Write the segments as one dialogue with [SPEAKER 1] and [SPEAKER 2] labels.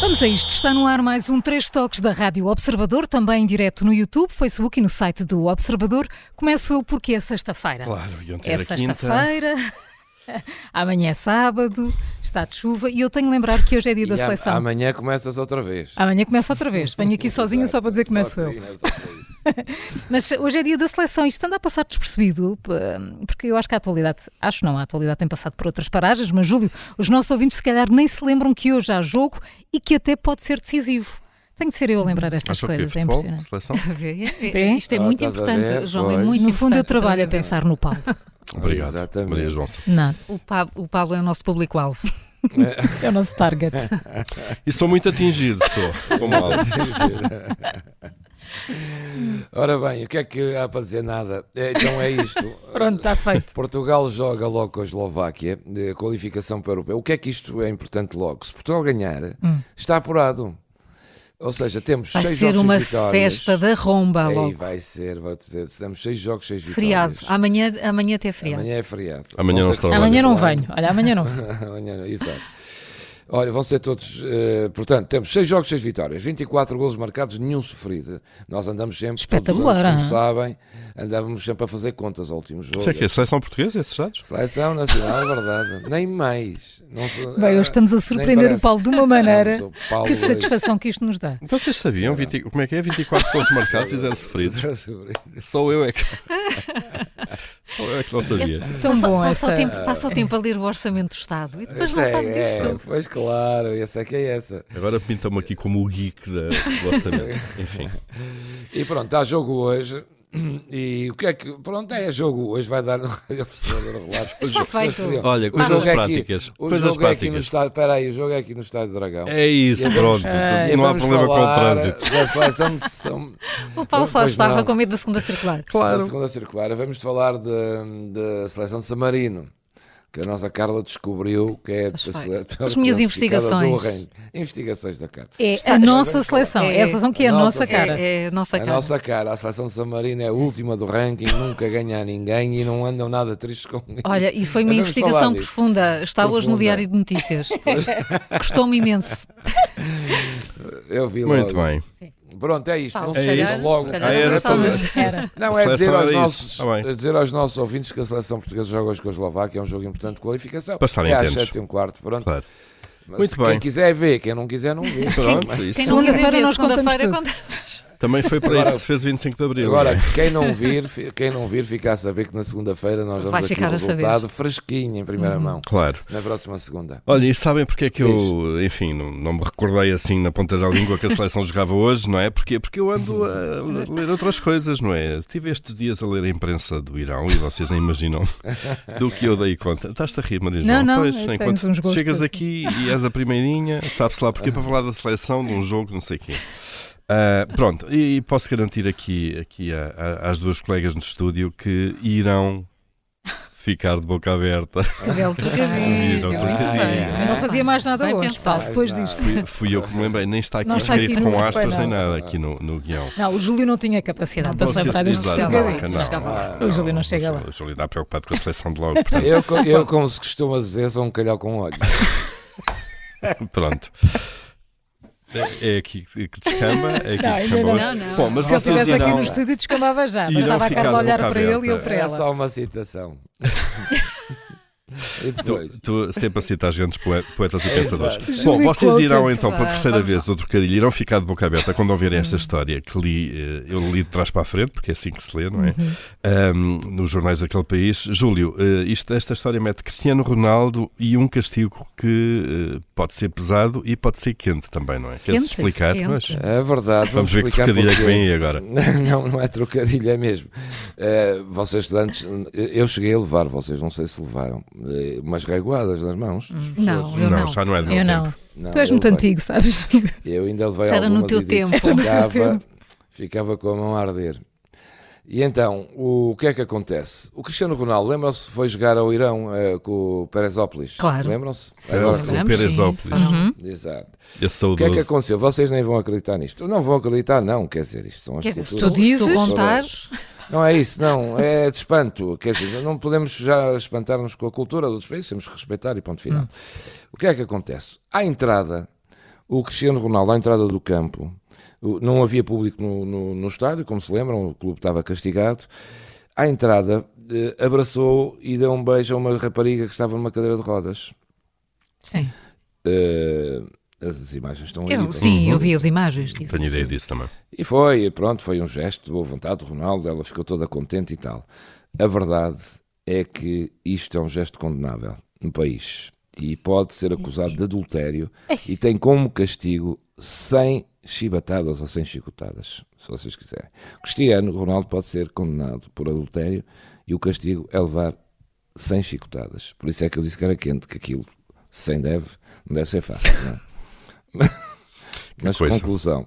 [SPEAKER 1] Vamos a isto. Está no ar mais um Três Toques da Rádio Observador, também em direto no YouTube, Facebook e no site do Observador. Começo eu porque é sexta-feira.
[SPEAKER 2] Claro, e ontem
[SPEAKER 1] É
[SPEAKER 2] era quinta.
[SPEAKER 1] sexta-feira, amanhã é sábado, está de chuva e eu tenho de lembrar que hoje é dia da
[SPEAKER 3] E a-
[SPEAKER 1] seleção.
[SPEAKER 3] Amanhã começas outra vez.
[SPEAKER 1] Amanhã começo outra vez. Venho aqui sozinho só para dizer que começo eu.
[SPEAKER 3] é
[SPEAKER 1] Mas hoje é dia da seleção, isto anda a passar despercebido, p- porque eu acho que a atualidade, acho não, a atualidade tem passado por outras paragens, mas Júlio, os nossos ouvintes se calhar nem se lembram que hoje há jogo e que até pode ser decisivo. Tenho de ser eu a lembrar estas
[SPEAKER 2] Achou que
[SPEAKER 1] coisas, é
[SPEAKER 2] futebol,
[SPEAKER 1] impressionante.
[SPEAKER 2] seleção?
[SPEAKER 4] Vê?
[SPEAKER 1] Vê?
[SPEAKER 4] Isto é
[SPEAKER 3] Ah,
[SPEAKER 4] muito
[SPEAKER 3] estás a
[SPEAKER 4] importante,
[SPEAKER 3] ver?
[SPEAKER 4] João. É
[SPEAKER 3] Pois.
[SPEAKER 4] muito
[SPEAKER 1] No fundo eu
[SPEAKER 4] importante
[SPEAKER 1] trabalho a
[SPEAKER 4] estás
[SPEAKER 1] pensar no Paulo.
[SPEAKER 2] Obrigado.
[SPEAKER 3] Exatamente.
[SPEAKER 2] Maria Joãoça.
[SPEAKER 1] Nada,
[SPEAKER 4] dizer. O Pab- o Pablo é o nosso público-alvo.
[SPEAKER 1] é o nosso target.
[SPEAKER 2] E sou muito atingido, sou. Como
[SPEAKER 3] Mal
[SPEAKER 2] ontem.
[SPEAKER 3] dizer. Ora bem, o que é que há para dizer nada? É, Então é isto.
[SPEAKER 1] Pronto, está feito.
[SPEAKER 3] Portugal joga logo com a Eslováquia, de qualificação para o europeu. O que é que isto é importante logo? Se Portugal ganhar,
[SPEAKER 1] Hum.
[SPEAKER 3] está apurado. Ou seja, temos
[SPEAKER 4] Vai
[SPEAKER 3] seis
[SPEAKER 4] ser
[SPEAKER 3] jogos,
[SPEAKER 4] uma
[SPEAKER 3] seis vitórias.
[SPEAKER 4] festa da romba
[SPEAKER 3] Aí
[SPEAKER 4] logo.
[SPEAKER 3] vai ser, vou dizer, temos seis jogos, seis
[SPEAKER 4] Feriado.
[SPEAKER 3] vitórias.
[SPEAKER 4] Amanhã, amanhã até é feriado.
[SPEAKER 3] Amanhã é feriado.
[SPEAKER 2] Amanhã
[SPEAKER 3] Vão
[SPEAKER 2] não
[SPEAKER 3] ser
[SPEAKER 2] se trabalha.
[SPEAKER 1] Ah, Amanhã não
[SPEAKER 3] claro.
[SPEAKER 1] venho. Olha, amanhã não venho.
[SPEAKER 3] Amanhã não, exato. Olha, vão ser todos. eh, portanto, temos 6 jogos, 6 vitórias, 24 golos marcados, nenhum sofrido. Nós andamos sempre. todos os anos,
[SPEAKER 1] Espetacular,
[SPEAKER 3] como
[SPEAKER 1] hein?
[SPEAKER 3] sabem, andávamos sempre a fazer contas ao último jogo.
[SPEAKER 2] Isso é que é seleção portuguesa, esses dados?
[SPEAKER 3] Seleção nacional, é verdade. Nem mais. Não se-
[SPEAKER 1] Bem, hoje estamos a surpreender o
[SPEAKER 3] parece.
[SPEAKER 1] Paulo de uma maneira.
[SPEAKER 3] Vamos, o Paulo
[SPEAKER 1] Que
[SPEAKER 3] hoje-
[SPEAKER 1] satisfação que isto nos dá.
[SPEAKER 2] Então vocês sabiam 20 como é que é 24 gols marcados e zero sofridos? Só eu é que. Só eu é que não sabia.
[SPEAKER 1] Tão
[SPEAKER 4] Passa-
[SPEAKER 1] bom
[SPEAKER 4] passa,
[SPEAKER 1] essa.
[SPEAKER 4] o tempo, passa o tempo a ler o orçamento do Estado e depois não
[SPEAKER 3] É,
[SPEAKER 4] sabe disto.
[SPEAKER 3] é, pois claro, essa é que é essa.
[SPEAKER 2] Agora pintam-me aqui como o geek da, do orçamento. Enfim.
[SPEAKER 3] E pronto, há jogo hoje. E o que é que. Pronto, é jogo hoje, vai dar no Rádio Observador Relatos.
[SPEAKER 4] Está
[SPEAKER 3] As pessoas
[SPEAKER 4] feito.
[SPEAKER 3] podiam-
[SPEAKER 2] Olha,
[SPEAKER 3] O
[SPEAKER 2] coisas
[SPEAKER 3] jogo é aqui-
[SPEAKER 2] práticas.
[SPEAKER 3] o
[SPEAKER 2] Coisas
[SPEAKER 3] jogo é aqui no
[SPEAKER 2] práticas.
[SPEAKER 3] estádio. Espera aí, o jogo é aqui no estádio Dragão.
[SPEAKER 2] É isso, pronto. então
[SPEAKER 3] E
[SPEAKER 2] Não há
[SPEAKER 3] vamos
[SPEAKER 2] problema com o
[SPEAKER 3] falar
[SPEAKER 2] trânsito.
[SPEAKER 3] Da seleção de São,
[SPEAKER 4] O Paulo só
[SPEAKER 3] Pois
[SPEAKER 4] estava
[SPEAKER 3] não.
[SPEAKER 4] com medo da segunda circular.
[SPEAKER 3] da segunda circular. Vamos falar de- da seleção de Samarino. Que a nossa Carla descobriu que é a sele- pior
[SPEAKER 4] As minhas
[SPEAKER 3] classificada
[SPEAKER 4] investigações.
[SPEAKER 3] do reino. Investigações da Carla.
[SPEAKER 1] É a nossa seleção.
[SPEAKER 4] É-
[SPEAKER 1] É a seleção que é a
[SPEAKER 3] a nossa
[SPEAKER 1] nossa
[SPEAKER 3] seleção.
[SPEAKER 1] cara.
[SPEAKER 4] É, é a nossa
[SPEAKER 3] a
[SPEAKER 4] cara.
[SPEAKER 3] nossa cara, a seleção de Samarino é a última do ranking, nunca ganha a ninguém e não andam nada tristes com isso.
[SPEAKER 4] Olha, e foi uma
[SPEAKER 3] Vamos
[SPEAKER 4] investigação
[SPEAKER 3] falar disso.
[SPEAKER 4] profunda. Está hoje no
[SPEAKER 3] Profunda.
[SPEAKER 4] Diário de Notícias. Custou-me imenso.
[SPEAKER 3] Eu vi
[SPEAKER 2] Muito
[SPEAKER 3] logo.
[SPEAKER 2] bem.
[SPEAKER 3] Pronto, é isto.
[SPEAKER 4] Paulo,
[SPEAKER 3] não
[SPEAKER 4] se
[SPEAKER 3] se
[SPEAKER 2] É
[SPEAKER 3] esqueçam
[SPEAKER 4] calhar-
[SPEAKER 3] logo.
[SPEAKER 4] se calhar
[SPEAKER 2] Ah, era
[SPEAKER 4] não
[SPEAKER 2] só
[SPEAKER 4] estavas-
[SPEAKER 1] Era.
[SPEAKER 3] Não,
[SPEAKER 2] A
[SPEAKER 3] é dizer
[SPEAKER 2] seleção
[SPEAKER 3] aos,
[SPEAKER 2] era
[SPEAKER 3] nossos,
[SPEAKER 2] isso. Ah, bem.
[SPEAKER 3] é dizer aos nossos ouvintes que a seleção portuguesa joga hoje com a Eslováquia, é um jogo importante de qualificação.
[SPEAKER 2] Para estarem
[SPEAKER 3] é às
[SPEAKER 2] atentos.
[SPEAKER 3] 7 e um quarto, pronto.
[SPEAKER 2] Claro.
[SPEAKER 3] Mas
[SPEAKER 2] Muito
[SPEAKER 3] quem
[SPEAKER 2] bem.
[SPEAKER 3] quiser vê, quem não quiser não vê.
[SPEAKER 2] Pronto, isso.
[SPEAKER 4] Quem não quiser
[SPEAKER 1] Segunda-feira
[SPEAKER 4] ver,
[SPEAKER 1] nós contamos
[SPEAKER 4] segunda-feira
[SPEAKER 1] tudo.
[SPEAKER 4] contamos.
[SPEAKER 2] Também foi para isso
[SPEAKER 3] Agora-
[SPEAKER 2] que se fez 25 de Abril.
[SPEAKER 3] Agora,
[SPEAKER 2] não é?
[SPEAKER 3] quem não vir, fi- quem não vir, fica a saber que na segunda-feira nós
[SPEAKER 4] Vai
[SPEAKER 3] vamos aqui o
[SPEAKER 4] ficar a saber.
[SPEAKER 3] resultado fresquinho em primeira mão.
[SPEAKER 2] Claro.
[SPEAKER 3] Na próxima segunda.
[SPEAKER 2] Olha, e sabem porque é que eu, enfim, não, não me recordei assim na ponta da língua que a seleção jogava hoje, não é? Porquê? Porque eu ando a le- ler outras coisas, não é? Estive estes dias a ler a imprensa do Irão e vocês nem imaginam do que eu dei conta. Estás-te a rir, Maria
[SPEAKER 1] Não,
[SPEAKER 2] João?
[SPEAKER 1] não,
[SPEAKER 2] pois,
[SPEAKER 1] eu tenho
[SPEAKER 2] enquanto
[SPEAKER 1] uns gostos
[SPEAKER 2] chegas
[SPEAKER 1] assim.
[SPEAKER 2] aqui e és a primeirinha, sabe-se lá porquê, para falar da seleção,
[SPEAKER 1] É.
[SPEAKER 2] de um jogo, não sei o quê. Ah, pronto, e, e posso garantir aqui, aqui a- a- às duas colegas no estúdio que irão ficar de boca aberta.
[SPEAKER 1] É,
[SPEAKER 4] Que belo trocadilho.
[SPEAKER 2] Viram
[SPEAKER 4] Muito
[SPEAKER 2] trocadilho.
[SPEAKER 4] bem.
[SPEAKER 1] Eu não fazia mais nada
[SPEAKER 4] Bem
[SPEAKER 1] hoje,
[SPEAKER 4] pensado.
[SPEAKER 1] Paulo, Ah, depois
[SPEAKER 3] Mais
[SPEAKER 1] disto.
[SPEAKER 2] Fui, fui eu que me lembrei, nem está aqui
[SPEAKER 1] Não está aqui
[SPEAKER 2] escrito
[SPEAKER 1] no-
[SPEAKER 2] com aspas
[SPEAKER 1] pois
[SPEAKER 2] nem
[SPEAKER 1] não.
[SPEAKER 2] nada aqui no, no guião.
[SPEAKER 1] Não, o Júlio não tinha capacidade para se
[SPEAKER 2] Vocês-
[SPEAKER 1] lembrar destes
[SPEAKER 2] exato,
[SPEAKER 1] trocadilhos.
[SPEAKER 2] não, não,
[SPEAKER 4] Não,
[SPEAKER 1] O Júlio não chega lá.
[SPEAKER 2] O Júlio está preocupado com a seleção de logo, portanto,
[SPEAKER 3] Eu, co- eu, como se costuma dizer, sou um calhau com olhos.
[SPEAKER 2] pronto. É, é aqui que descamba, é aqui
[SPEAKER 1] Não,
[SPEAKER 2] que
[SPEAKER 1] ainda
[SPEAKER 2] descamba.
[SPEAKER 1] não.
[SPEAKER 2] hoje.
[SPEAKER 4] Não, não.
[SPEAKER 2] Bom, mas
[SPEAKER 1] Se ele
[SPEAKER 2] vocês
[SPEAKER 1] estivesse aqui
[SPEAKER 2] irão,
[SPEAKER 1] no estúdio, descambava já. Mas
[SPEAKER 2] irão
[SPEAKER 1] estava a
[SPEAKER 2] ficar
[SPEAKER 1] Carla a
[SPEAKER 2] de
[SPEAKER 1] olhar
[SPEAKER 2] boca
[SPEAKER 1] para ele e eu
[SPEAKER 2] aberta.
[SPEAKER 1] para
[SPEAKER 3] um É
[SPEAKER 1] ela.
[SPEAKER 3] só uma citação. e depois?
[SPEAKER 2] tu, tu sempre a citas grandes poe- poetas e
[SPEAKER 3] É,
[SPEAKER 2] pensadores.
[SPEAKER 3] exato.
[SPEAKER 2] Bom,
[SPEAKER 1] Júlio
[SPEAKER 2] vocês
[SPEAKER 1] Couto,
[SPEAKER 2] irão então
[SPEAKER 4] vá,
[SPEAKER 2] pela terceira
[SPEAKER 4] vamos
[SPEAKER 2] vez do trocadilho, irão ficar de boca aberta quando ouvirem esta história que li, eh, eu li de trás para a frente, porque é assim que se lê, não é? Ahm, nos jornais daquele país. Júlio, eh, isto- esta história mete Cristiano Ronaldo e um castigo que eh, pode ser pesado e pode ser quente também, não é? Queres
[SPEAKER 4] Quente,
[SPEAKER 2] explicar?
[SPEAKER 4] quente.
[SPEAKER 2] Mas
[SPEAKER 3] É verdade.
[SPEAKER 2] Então, vamos ver que
[SPEAKER 3] explicar
[SPEAKER 2] trocadilho é que
[SPEAKER 3] porquê.
[SPEAKER 2] vem aí agora.
[SPEAKER 3] Não, não é trocadilho, é mesmo. Eh, vocês estudantes, eu cheguei a levar, vocês não sei se levaram, eh, umas reguadas nas mãos. das pessoas.
[SPEAKER 4] Não, eu não.
[SPEAKER 2] já não
[SPEAKER 3] um
[SPEAKER 2] é do meu
[SPEAKER 1] Eu não.
[SPEAKER 2] tempo.
[SPEAKER 3] Não,
[SPEAKER 1] Tu és
[SPEAKER 3] eu
[SPEAKER 1] muito
[SPEAKER 3] levei.
[SPEAKER 1] antigo, sabes?
[SPEAKER 3] Eu ainda levei
[SPEAKER 4] Era no
[SPEAKER 3] algumas
[SPEAKER 4] teu
[SPEAKER 3] e
[SPEAKER 4] tempo. Era
[SPEAKER 1] no teu
[SPEAKER 3] Ficava,
[SPEAKER 1] tempo.
[SPEAKER 3] ficava com a mão a arder. E então, o, que é que acontece? O Cristiano Ronaldo, lembram-se, foi jogar ao Irão eh, com o Peresópolis?
[SPEAKER 4] Claro.
[SPEAKER 3] Lembram-se?
[SPEAKER 2] Agora,
[SPEAKER 3] sim.
[SPEAKER 2] É o
[SPEAKER 4] Lembramos, sim.
[SPEAKER 2] Peresópolis.
[SPEAKER 4] Uhum.
[SPEAKER 3] Exato.
[SPEAKER 2] Esse
[SPEAKER 3] O que é que
[SPEAKER 2] saudoso.
[SPEAKER 3] aconteceu? Vocês nem vão acreditar nisto. Não vão acreditar, não, quer dizer, isto são as
[SPEAKER 4] Quer dizer, se tu
[SPEAKER 3] culturas-
[SPEAKER 4] dizes, se tu
[SPEAKER 1] Todas.
[SPEAKER 4] contares,
[SPEAKER 3] Não é isso, não. É de espanto. Quer dizer, não podemos já espantar-nos com a cultura dos países, temos que respeitar e ponto final. O que é que acontece? À entrada, o Cristiano Ronaldo à entrada do campo. o- Não havia público no, no- no estádio, como se lembram, o clube estava castigado. À entrada, eh, abraçou e deu um beijo a uma rapariga que estava numa cadeira de rodas.
[SPEAKER 1] Sim.
[SPEAKER 3] Eh, as imagens estão aí.
[SPEAKER 4] Eu,
[SPEAKER 3] para-
[SPEAKER 4] sim, eu vi as imagens disso.
[SPEAKER 2] Tenho ideia disso também.
[SPEAKER 3] E foi, pronto, foi um gesto de boa vontade do Ronaldo, ela ficou toda contente e tal. A verdade é que isto é um gesto condenável no país e pode ser acusado de adultério e tem como castigo 100 chibatadas ou 100 chicotadas, se vocês quiserem. Cristiano Ronaldo pode ser condenado por adultério e o castigo é levar 100 chicotadas. Por isso é que eu disse que era quente, que aquilo sem deve, não deve ser fácil, não é? Mas
[SPEAKER 2] coisa.
[SPEAKER 3] conclusão.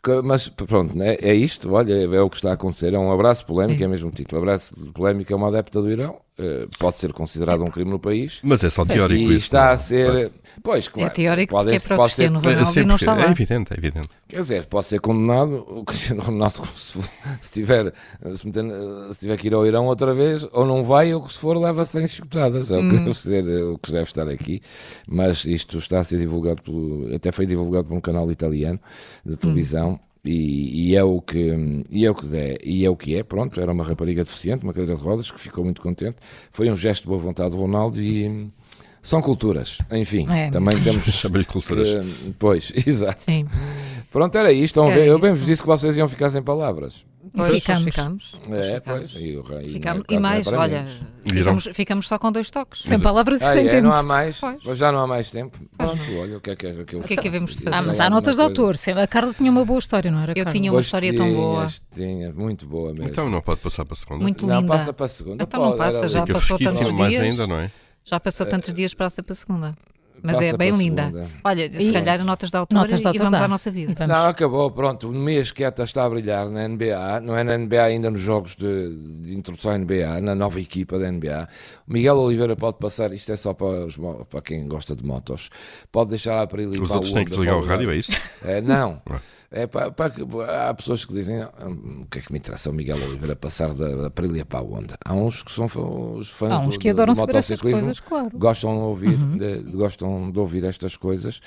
[SPEAKER 3] Que- Mas pronto, é, é isto, olha, é o que está a acontecer. É um abraço polémico, é mesmo o título. Abraço polémico é uma adepta do Irão, eh, pode ser considerado um crime no país.
[SPEAKER 2] Mas é só teórico
[SPEAKER 3] e
[SPEAKER 2] isso.
[SPEAKER 3] está
[SPEAKER 2] não
[SPEAKER 3] a ser. Pois, claro.
[SPEAKER 4] É teórico
[SPEAKER 3] pode
[SPEAKER 4] porque é
[SPEAKER 3] ser-
[SPEAKER 4] para o
[SPEAKER 3] pode ser-
[SPEAKER 4] Cristiano
[SPEAKER 2] É,
[SPEAKER 4] Ronaldo
[SPEAKER 2] sim,
[SPEAKER 4] e não
[SPEAKER 2] porque
[SPEAKER 4] está lá.
[SPEAKER 2] é evidente, é evidente.
[SPEAKER 3] Quer dizer, pode ser condenado, o Cristiano Ronaldo se, se tiver, se, meter- se tiver que ir ao Irão outra vez, ou não vai, ou que se for leva sem escutadas, é o que deve ser, o que deve estar aqui, mas isto está a ser divulgado, pelo, até foi divulgado por um canal italiano de televisão, e, e é o que e é o que é, e é o que é, pronto, era uma rapariga deficiente, uma cadeira de rodas, que ficou muito contente, foi um gesto de boa vontade do Ronaldo e... hum, São culturas, enfim,
[SPEAKER 1] É.
[SPEAKER 3] também temos.
[SPEAKER 2] Chama-lhe culturas.
[SPEAKER 3] que- pois, exato.
[SPEAKER 4] Sim,
[SPEAKER 3] Pronto, era isto. Estão a
[SPEAKER 4] Era
[SPEAKER 3] ver? eu bem
[SPEAKER 4] isto.
[SPEAKER 3] vos disse que vocês iam ficar sem palavras.
[SPEAKER 4] pois,
[SPEAKER 1] ficamos.
[SPEAKER 4] ficamos. ficamos.
[SPEAKER 3] É,
[SPEAKER 4] ficamos.
[SPEAKER 3] pois. E, o rei,
[SPEAKER 4] Ficamos.
[SPEAKER 3] não é
[SPEAKER 4] E mais,
[SPEAKER 3] quase, não é para
[SPEAKER 4] olha,
[SPEAKER 3] menos.
[SPEAKER 2] Irão.
[SPEAKER 4] ficamos, ficamos só com dois toques.
[SPEAKER 1] Sem palavras e
[SPEAKER 3] Ah,
[SPEAKER 1] sem
[SPEAKER 3] é,
[SPEAKER 1] tempo.
[SPEAKER 3] não há mais.
[SPEAKER 4] Pois.
[SPEAKER 3] Pois já não há mais tempo. Pronto, olha, o que é que é que eu
[SPEAKER 4] O que é que havemos de
[SPEAKER 3] faço?
[SPEAKER 4] fazer?
[SPEAKER 1] Ah, mas há
[SPEAKER 3] Alguma
[SPEAKER 1] notas de
[SPEAKER 3] coisa.
[SPEAKER 1] autor. Sim, A Carla tinha uma boa história, não era?
[SPEAKER 4] Eu
[SPEAKER 1] Carla?
[SPEAKER 4] tinha uma
[SPEAKER 3] Pois
[SPEAKER 4] história tão boa.
[SPEAKER 3] tinhas, tinhas, muito boa mesmo.
[SPEAKER 2] Então não pode passar para a segunda. É
[SPEAKER 4] Muito
[SPEAKER 3] não,
[SPEAKER 4] linda.
[SPEAKER 3] passa para a segunda.
[SPEAKER 4] Então não
[SPEAKER 3] pode,
[SPEAKER 4] passa,
[SPEAKER 3] era
[SPEAKER 4] já
[SPEAKER 3] ali.
[SPEAKER 2] Fica
[SPEAKER 4] passou tantos
[SPEAKER 2] fresquíssimo mais
[SPEAKER 4] dias.
[SPEAKER 2] ainda, não é?
[SPEAKER 4] Já passou tantos dias para a segunda. Mas
[SPEAKER 3] Passa
[SPEAKER 4] é bem
[SPEAKER 3] para a
[SPEAKER 4] linda.
[SPEAKER 3] segunda.
[SPEAKER 4] Olha, se calhar notas de autor
[SPEAKER 1] Notas de
[SPEAKER 4] e
[SPEAKER 1] autor
[SPEAKER 4] vamos
[SPEAKER 1] dá.
[SPEAKER 4] à nossa vida.
[SPEAKER 1] E vamos.
[SPEAKER 3] Não, acabou, pronto. O mês que esta está a brilhar na NBA, não é na NBA ainda nos jogos de, de introdução à NBA, na nova equipa da NBA. O Miguel Oliveira pode passar, isto é só para, os mo- para quem gosta de motos, pode deixar lá para ele limpar
[SPEAKER 2] Os outros
[SPEAKER 3] o
[SPEAKER 2] têm
[SPEAKER 3] olho
[SPEAKER 2] que
[SPEAKER 3] da
[SPEAKER 2] desligar o
[SPEAKER 3] Paula.
[SPEAKER 2] rádio, é isso?
[SPEAKER 3] É, não.
[SPEAKER 2] Ué.
[SPEAKER 3] É pá, pá, que- há pessoas que dizem "Ah, hum, o que é que me interessa o Miguel Oliveira passar da, da Aprilia para a onda. Há uns que são fã- os fãs
[SPEAKER 1] Há uns
[SPEAKER 3] do,
[SPEAKER 1] que
[SPEAKER 3] do- do
[SPEAKER 1] adoram saber essas
[SPEAKER 3] motociclismo,
[SPEAKER 1] coisas, claro. Uhum.
[SPEAKER 3] gostam de ouvir, de- de- gostam de ouvir estas coisas.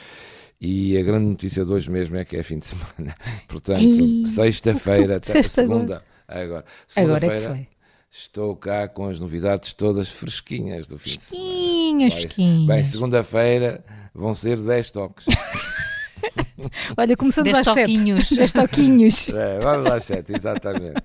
[SPEAKER 3] E a grande notícia de hoje mesmo é que é fim de semana. Portanto,
[SPEAKER 1] Ei,
[SPEAKER 3] sexta-feira,
[SPEAKER 1] o que tu
[SPEAKER 3] até-
[SPEAKER 1] disseste agora?
[SPEAKER 3] segunda. Agora,
[SPEAKER 1] Agora é que
[SPEAKER 3] Segunda-feira,
[SPEAKER 1] foi.
[SPEAKER 3] Estou cá com as novidades todas fresquinhas do fim de semana.
[SPEAKER 1] Quinhas,
[SPEAKER 3] Vai- Bem,
[SPEAKER 1] quinhas.
[SPEAKER 3] segunda-feira vão ser 10 toques.
[SPEAKER 1] Olha, começamos
[SPEAKER 4] Dez
[SPEAKER 1] às sete.
[SPEAKER 4] toquinhos.
[SPEAKER 1] Dez toquinhos.
[SPEAKER 3] É, vamos lá, chat, exatamente.